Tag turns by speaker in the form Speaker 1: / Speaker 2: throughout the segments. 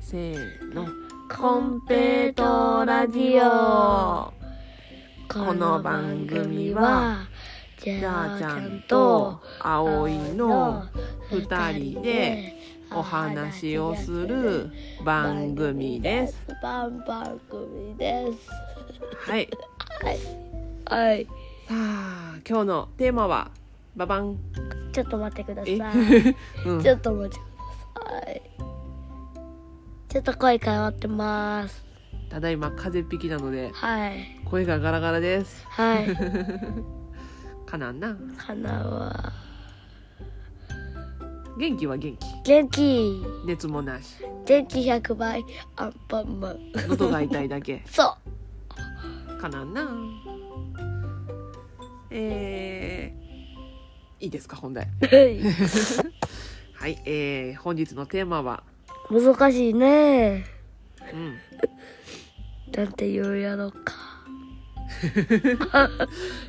Speaker 1: せーの
Speaker 2: コンペイトラジオこの番組はジ
Speaker 1: じ
Speaker 2: ャ
Speaker 1: ゃ
Speaker 2: ー
Speaker 1: あ
Speaker 2: ち
Speaker 1: ち
Speaker 2: ゃ
Speaker 1: ゃ
Speaker 2: ん
Speaker 1: ん
Speaker 2: と
Speaker 1: と
Speaker 2: 葵
Speaker 1: 葵
Speaker 2: の
Speaker 1: の
Speaker 2: 2
Speaker 1: 2
Speaker 2: 人
Speaker 1: 人
Speaker 2: で
Speaker 1: で
Speaker 2: お
Speaker 1: お
Speaker 2: 話
Speaker 1: 話
Speaker 2: を
Speaker 1: を
Speaker 2: す
Speaker 1: す
Speaker 2: る
Speaker 1: る
Speaker 2: 番組
Speaker 1: 番組
Speaker 2: で
Speaker 1: ですす。番番組です
Speaker 2: はい
Speaker 1: はい
Speaker 2: さあ今日のテーマはババン
Speaker 1: ちょっと待ってくださ
Speaker 2: え、
Speaker 1: い
Speaker 2: うん
Speaker 1: ちょっと待ってくださいちょっと声変わってます
Speaker 2: ただいま風邪っぴきなので
Speaker 1: はい
Speaker 2: 声がガラガラです
Speaker 1: はい
Speaker 2: かなんな
Speaker 1: かなは
Speaker 2: 元気は元気
Speaker 1: 元気
Speaker 2: 熱もなし
Speaker 1: 元気100倍アンパンマン
Speaker 2: 喉が痛いだけ
Speaker 1: そ
Speaker 2: かなんなえー、いいですか本題
Speaker 1: うはい
Speaker 2: はい、えー、本日のテーマは、
Speaker 1: 難しいね
Speaker 2: うん、
Speaker 1: なんて言うやろか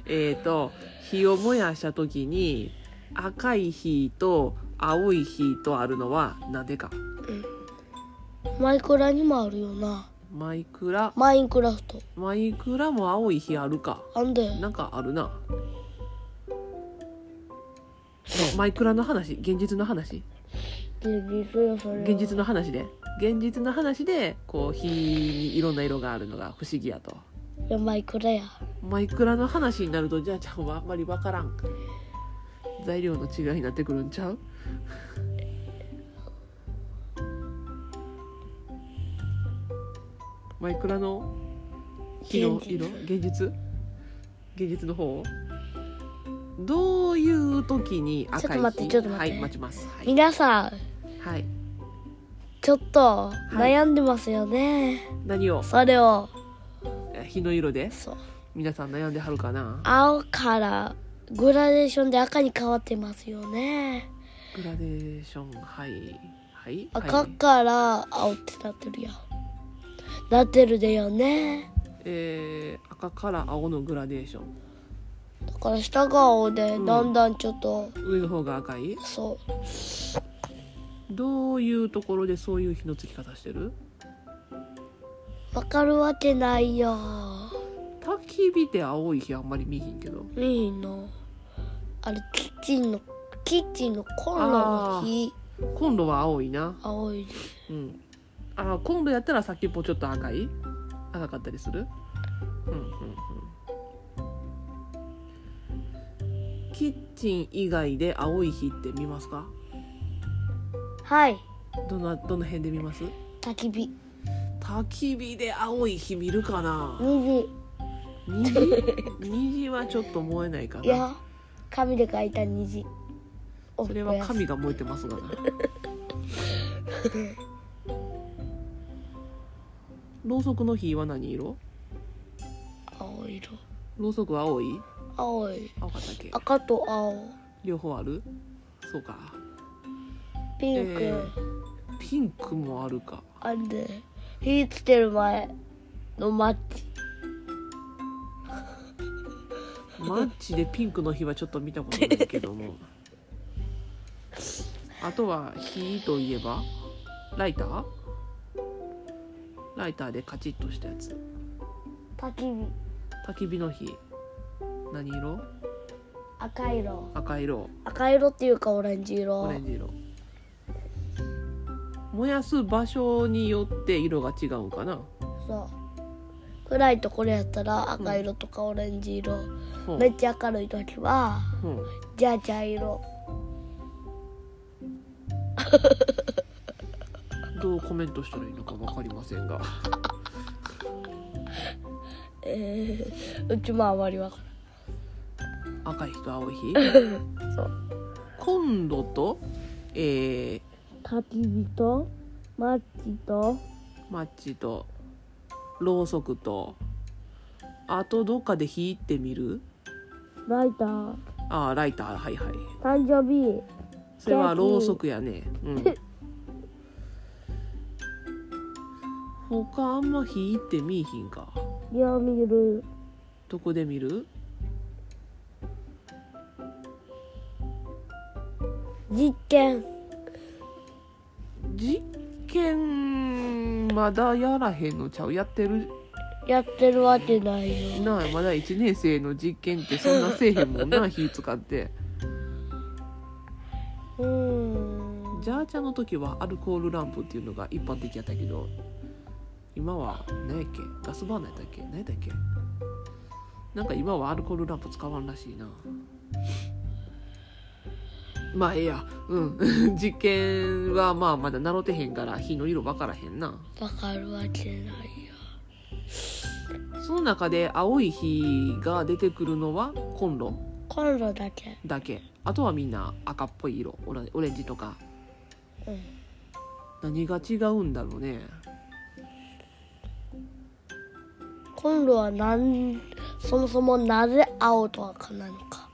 Speaker 2: えー、と火を燃やした時に赤い火と青い火とあるのはなぜか
Speaker 1: マイクラにもあるよな
Speaker 2: マイクラ
Speaker 1: マインクラフト
Speaker 2: マイクラも青い火あるか
Speaker 1: あんだよ
Speaker 2: なんかあるなマイクラの話現実の話
Speaker 1: 現実よそれは
Speaker 2: 現実の話で現実の話でこう火にいろんな色があるのが不思議やと
Speaker 1: いやマイクラや
Speaker 2: マイクラの話になるとじゃあちゃんはあんまりわからん材料の違いになってくるんちゃうマイクラの火の色現実現実の方どういう時に赤い火
Speaker 1: ちょっと待ってちょっと待って
Speaker 2: はい待ちますはい、
Speaker 1: 皆さん
Speaker 2: はい、
Speaker 1: ちょっと
Speaker 2: い
Speaker 1: 悩んでますよね、
Speaker 2: 何を
Speaker 1: それを
Speaker 2: え火の色で
Speaker 1: そう
Speaker 2: 皆さん悩んではるかな
Speaker 1: 青からグラデーションで赤に変わってますよね
Speaker 2: グラデーションはいはいは
Speaker 1: 赤
Speaker 2: い
Speaker 1: から青ってなってるやんなってるでよね
Speaker 2: えー赤から青のグラデーション
Speaker 1: だから下が青で
Speaker 2: うん
Speaker 1: だんだんちょっと、
Speaker 2: 上の方が赤い
Speaker 1: そう
Speaker 2: どういうところでそういう火のつき方してる
Speaker 1: わかるわけないよ
Speaker 2: 焚き火って青い火あんまり見ひんけど
Speaker 1: いいのあれキッチンのキッチンのコンロの火
Speaker 2: コンロは青いな
Speaker 1: 青い
Speaker 2: うんあーコンロやったら先っぽちょっと赤い赤かったりするうんうんうんキッチン以外で青い火って見ますか
Speaker 1: はい
Speaker 2: どのどの辺で見ます
Speaker 1: 焚き火
Speaker 2: 焚き火で青い火見るかな
Speaker 1: 虹
Speaker 2: 虹虹はちょっと燃えないか
Speaker 1: い
Speaker 2: な
Speaker 1: や紙で描いた虹お
Speaker 2: それは神が燃えてますがな。 ろうそくの火は何色？
Speaker 1: 青色
Speaker 2: ろうそくは青い？
Speaker 1: 青い
Speaker 2: 青かったっけ？
Speaker 1: 赤と青
Speaker 2: 両方ある？そうか。
Speaker 1: ピンク、
Speaker 2: えーピンクもあるか。
Speaker 1: あんで火つける前のマッチ
Speaker 2: マッチでピンクの火はちょっと見たことないけど も。あとは火といえばライター？ライターでカチッとしたやつ。
Speaker 1: 焚き火
Speaker 2: 焚き火の火。何色？
Speaker 1: 赤色
Speaker 2: 赤色。
Speaker 1: 赤色っていうかオレンジ色
Speaker 2: オレンジ色燃やす場所によって色が違うんかな
Speaker 1: そう暗いところやったら赤色とかオレンジ色、
Speaker 2: ほう
Speaker 1: めっちゃ明るい時は
Speaker 2: ほう
Speaker 1: じゃあ茶色
Speaker 2: どうコメントしたらいいのか分かりませ んが
Speaker 1: えー、うちもあまりわか
Speaker 2: 赤い日と青い日
Speaker 1: らんそう
Speaker 2: 今度と、えー、
Speaker 1: 焚き火とマッチと
Speaker 2: マッチとろうそくとあとどっかで火ってみる
Speaker 1: ライター
Speaker 2: ああライターはいはい
Speaker 1: 誕生日
Speaker 2: それはろうそくやねうん他あんま火って見いひんか
Speaker 1: を見る
Speaker 2: どこで見る
Speaker 1: 実験
Speaker 2: 実験まだやらへんのちゃうやってる
Speaker 1: やってるわけないよ
Speaker 2: なあまだ1年生の実験ってそんなせえへんもんな 火使って
Speaker 1: うーん
Speaker 2: ジャーちゃんの時はアルコールランプっていうのが一般的やったけど今は何やっけガスバーナーやったっけ何やったっけなんか今はアルコールランプ使わんらしいなまあええやうん 実験はまあまだ習ってへんから火の色分からへんな
Speaker 1: わかるわけないよ
Speaker 2: その中で青い火が出てくるのはコンロ
Speaker 1: コンロだけ
Speaker 2: だけあとはみんな赤っぽい色オラオレンジとか
Speaker 1: うん
Speaker 2: 何が違うんだろうね
Speaker 1: コンロはなんそもそもなぜ青と赤なのか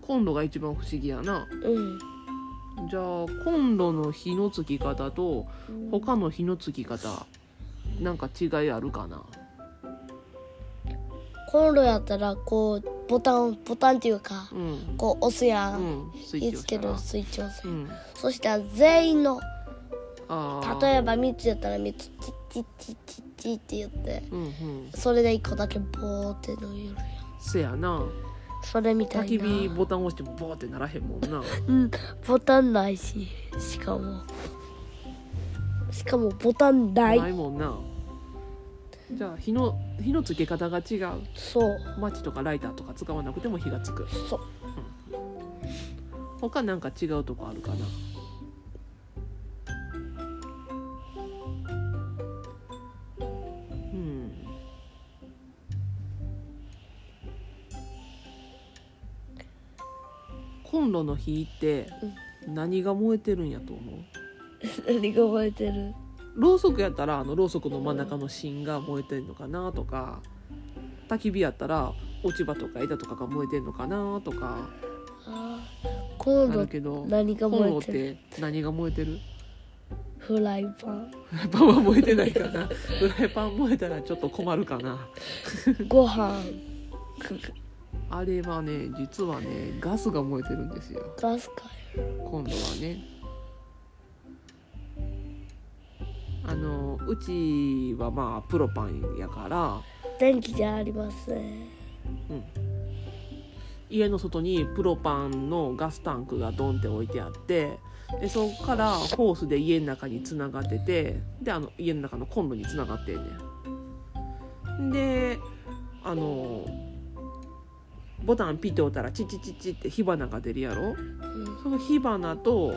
Speaker 2: コンロが一番不思議やな
Speaker 1: うん
Speaker 2: じゃあコンロの火のつき方と他の火のつき方なんか違いあるかな
Speaker 1: コンロやったらこうボタンボタンっていうか
Speaker 2: うん
Speaker 1: こう押すや、
Speaker 2: うんんスイッ
Speaker 1: いい
Speaker 2: チをし
Speaker 1: つ
Speaker 2: た
Speaker 1: け
Speaker 2: ら
Speaker 1: どスイッチ押す、
Speaker 2: うん
Speaker 1: そしたら全員の
Speaker 2: あ
Speaker 1: 例
Speaker 2: え
Speaker 1: えば3つやったら3つチッチッチッチッチッって言って
Speaker 2: うんうん
Speaker 1: それで1個だけボーって伸びるやん
Speaker 2: せやな
Speaker 1: それみた
Speaker 2: 焚き
Speaker 1: いな
Speaker 2: 火ボタン押してもボーってならへんもんな
Speaker 1: うんボタンないししかもしかもボタンない
Speaker 2: ないもんなじゃあ火の火のつけ方が違う
Speaker 1: そう
Speaker 2: マッチとかライターとか使わなくても火がつく
Speaker 1: そう
Speaker 2: 他なんか違うとこあるかなうんコンロの火って何が燃えてるんやと思う
Speaker 1: 何が覚えてる
Speaker 2: ろうそくやったらあのろうそくの真ん中の芯が燃えてるのかなとか焚き火やったら落ち葉とか枝とかが燃えてるのかなとか
Speaker 1: あーコン
Speaker 2: あ
Speaker 1: ロ
Speaker 2: るけど
Speaker 1: 何が
Speaker 2: コン
Speaker 1: 燃
Speaker 2: ロ
Speaker 1: え
Speaker 2: って
Speaker 1: る
Speaker 2: て何が燃えてる
Speaker 1: フライパン
Speaker 2: フライパンは燃えてないかなフライパン燃えたらちょっと困るかな
Speaker 1: ご飯
Speaker 2: あれはね実はねガスが燃えてるんですよ
Speaker 1: ガスか
Speaker 2: 今度はねあのうちはまあプロパンやから
Speaker 1: 電気じゃありません
Speaker 2: 家の外にプロパンのガスタンクがドンって置いてあってでそこからホースで家の中につながっててであの家の中のコンロにつながってんねんであのボタンピッて押したらチッチッチッチッって火花が出るやろ
Speaker 1: うん
Speaker 2: その火花と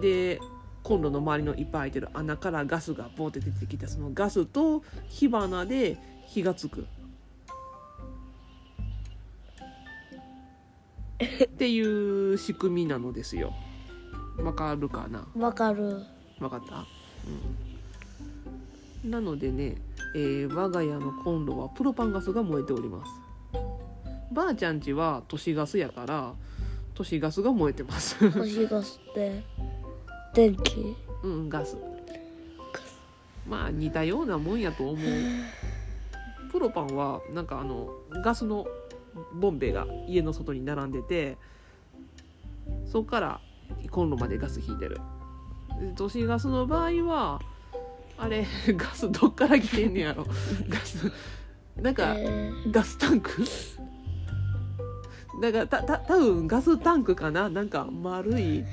Speaker 2: でコンロの周りのいっぱい開いてる穴からガスがボーって出てきたそのガスと火花で火がつく。っていう仕組みなのですよ。わかるかな
Speaker 1: わかる
Speaker 2: わかった、うん、なのでね、えー我が家のコンロはプロパンガスが燃えておりますばあちゃんちは都市ガスやから都市ガスが燃えてます
Speaker 1: 星が吸って電気
Speaker 2: うんガスまあ似たようなもんやと思うプロパンはなんかあのガスのボンベが家の外に並んでてそこからコンロまでガス引いてるで都市ガスの場合はあれガスどっから来てんねやろガスなんか
Speaker 1: えー
Speaker 2: ガスタンクだからたた多分ガスタンクかななんか丸い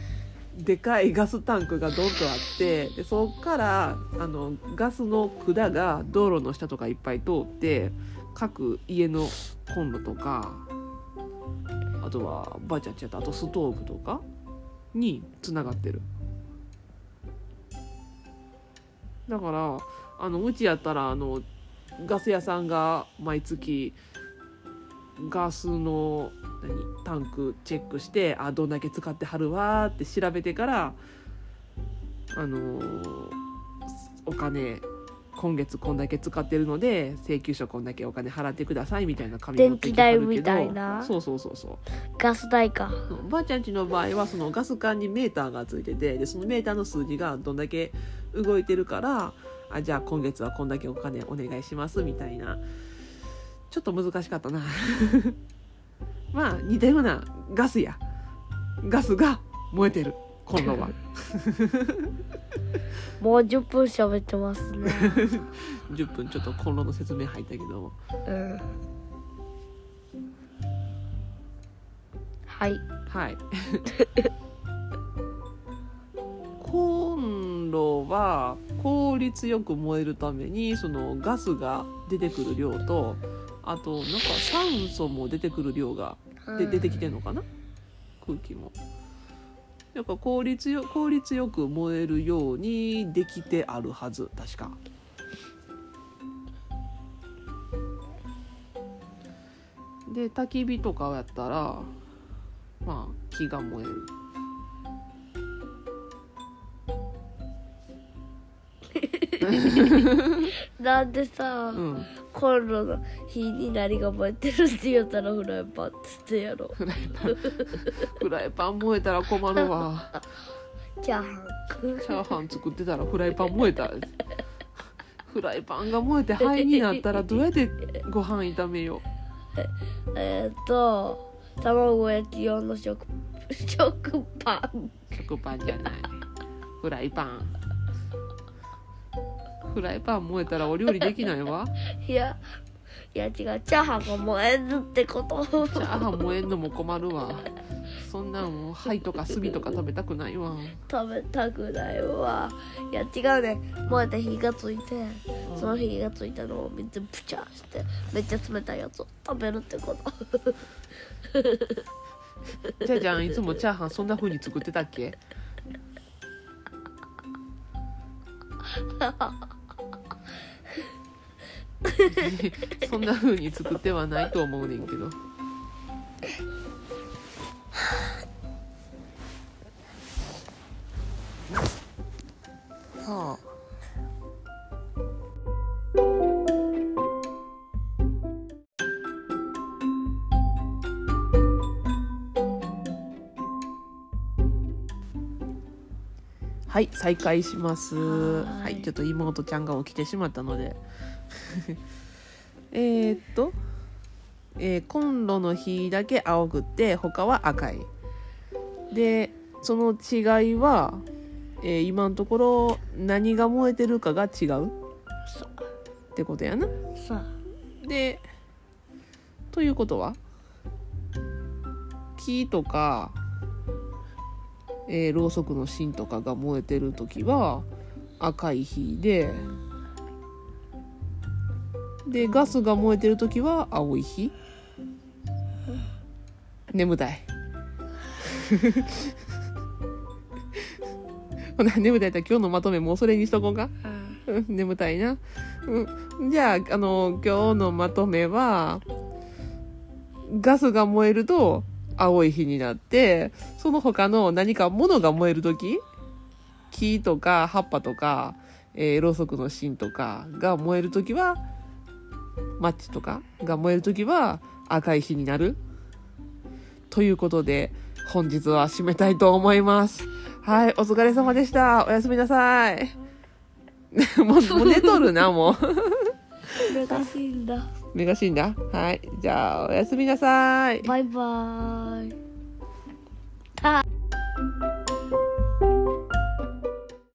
Speaker 2: でかいガスタンクがドンとあってでそこからあのガスの管が道路の下とかいっぱい通って各家のコンロとかあとはばあちゃんちやったあとストーブとかにつながってるだからあのうちやったらあのガス屋さんが毎月ガスの何タンクチェックしてあどんだけ使ってはるわーって調べてからあのーお金今月こんだけ使ってるので請求書こんだけお金払ってくださいみたいな紙持ってきてはるけど
Speaker 1: 電気代みたいな
Speaker 2: そうそうそうそう
Speaker 1: ガス代か
Speaker 2: おばあちゃんちの場合はそのガス管にメーターがついててでそのメーターの数字がどんだけ動いてるからあじゃあ今月はこんだけお金お願いしますみたいなちょっと難しかったな まあ似たようなガスやガスが燃えてる今度は
Speaker 1: もう10分喋ってます ね
Speaker 2: 10分ちょっとコンロの説明入ったけども
Speaker 1: うんはい
Speaker 2: はい コンロは効率よく燃えるためにそのガスが出てくる量とあとなんか酸素も出てくる量がで出てきてんのかな空気も。やっぱ効率よ効率よく燃えるようにできてあるはず確か。で焚き火とかやったらまあ木が燃える。
Speaker 1: なんでさ、
Speaker 2: うん、
Speaker 1: コンロの火に何が燃えてるって言ったらフライパンって言って やろ
Speaker 2: フライパンフライパン燃えたら困るわ。
Speaker 1: チャーハン
Speaker 2: チャーハン作ってたらフライパン燃えた。フライパンが燃えて灰になったらどうやってご飯炒めよう。
Speaker 1: えーっと卵焼き用の食食パン
Speaker 2: 食パンじゃないフライパンフライパン燃えたらお料理できないわ
Speaker 1: いやいや違うチャーハンが燃えるってこと
Speaker 2: チャーハン燃えんのも困るわそんなんもう灰とか炭とか食べたくないわ
Speaker 1: 食べたくないわいや違うね燃えた火がついて、その火がついたのを水プチャーしてめっちゃ冷たいやつを食べるってこと
Speaker 2: じゃじゃんいつもチャーハンそんな風に作ってたっけ そんな風に作ってはないと思うねんけどはあはい再開します
Speaker 1: はー
Speaker 2: はいいちょっと妹ちゃんが起きてしまったので えーっと、えーコンロの火だけ青くって他は赤いでその違いは、えー今のところ何が燃えてるかが違う
Speaker 1: さ
Speaker 2: ってことやな
Speaker 1: さ
Speaker 2: でということは木とか、えーろうそくの芯とかが燃えてる時は赤い火ででガスが燃えてる時は青い火眠たい ほな眠たいやったら今日のまとめもうそれにしとこうか
Speaker 1: うん
Speaker 2: うん 眠たいな。うん、じゃあ、あの、今日のまとめは、ガスが燃えると青い火になって、その他の何か物が燃えるとき、木とか葉っぱとか、えーろうそくの芯とかが燃えるときは、マッチとかが燃えるときは赤い火になる。ということで、本日は締めたいと思います。はい、お疲れ様でした。おやすみなさい。もう、もう寝とるな、もう。
Speaker 1: 目が死んだ
Speaker 2: 目が死んだ。はい。じゃあ、おやすみなさい。
Speaker 1: バイバーイ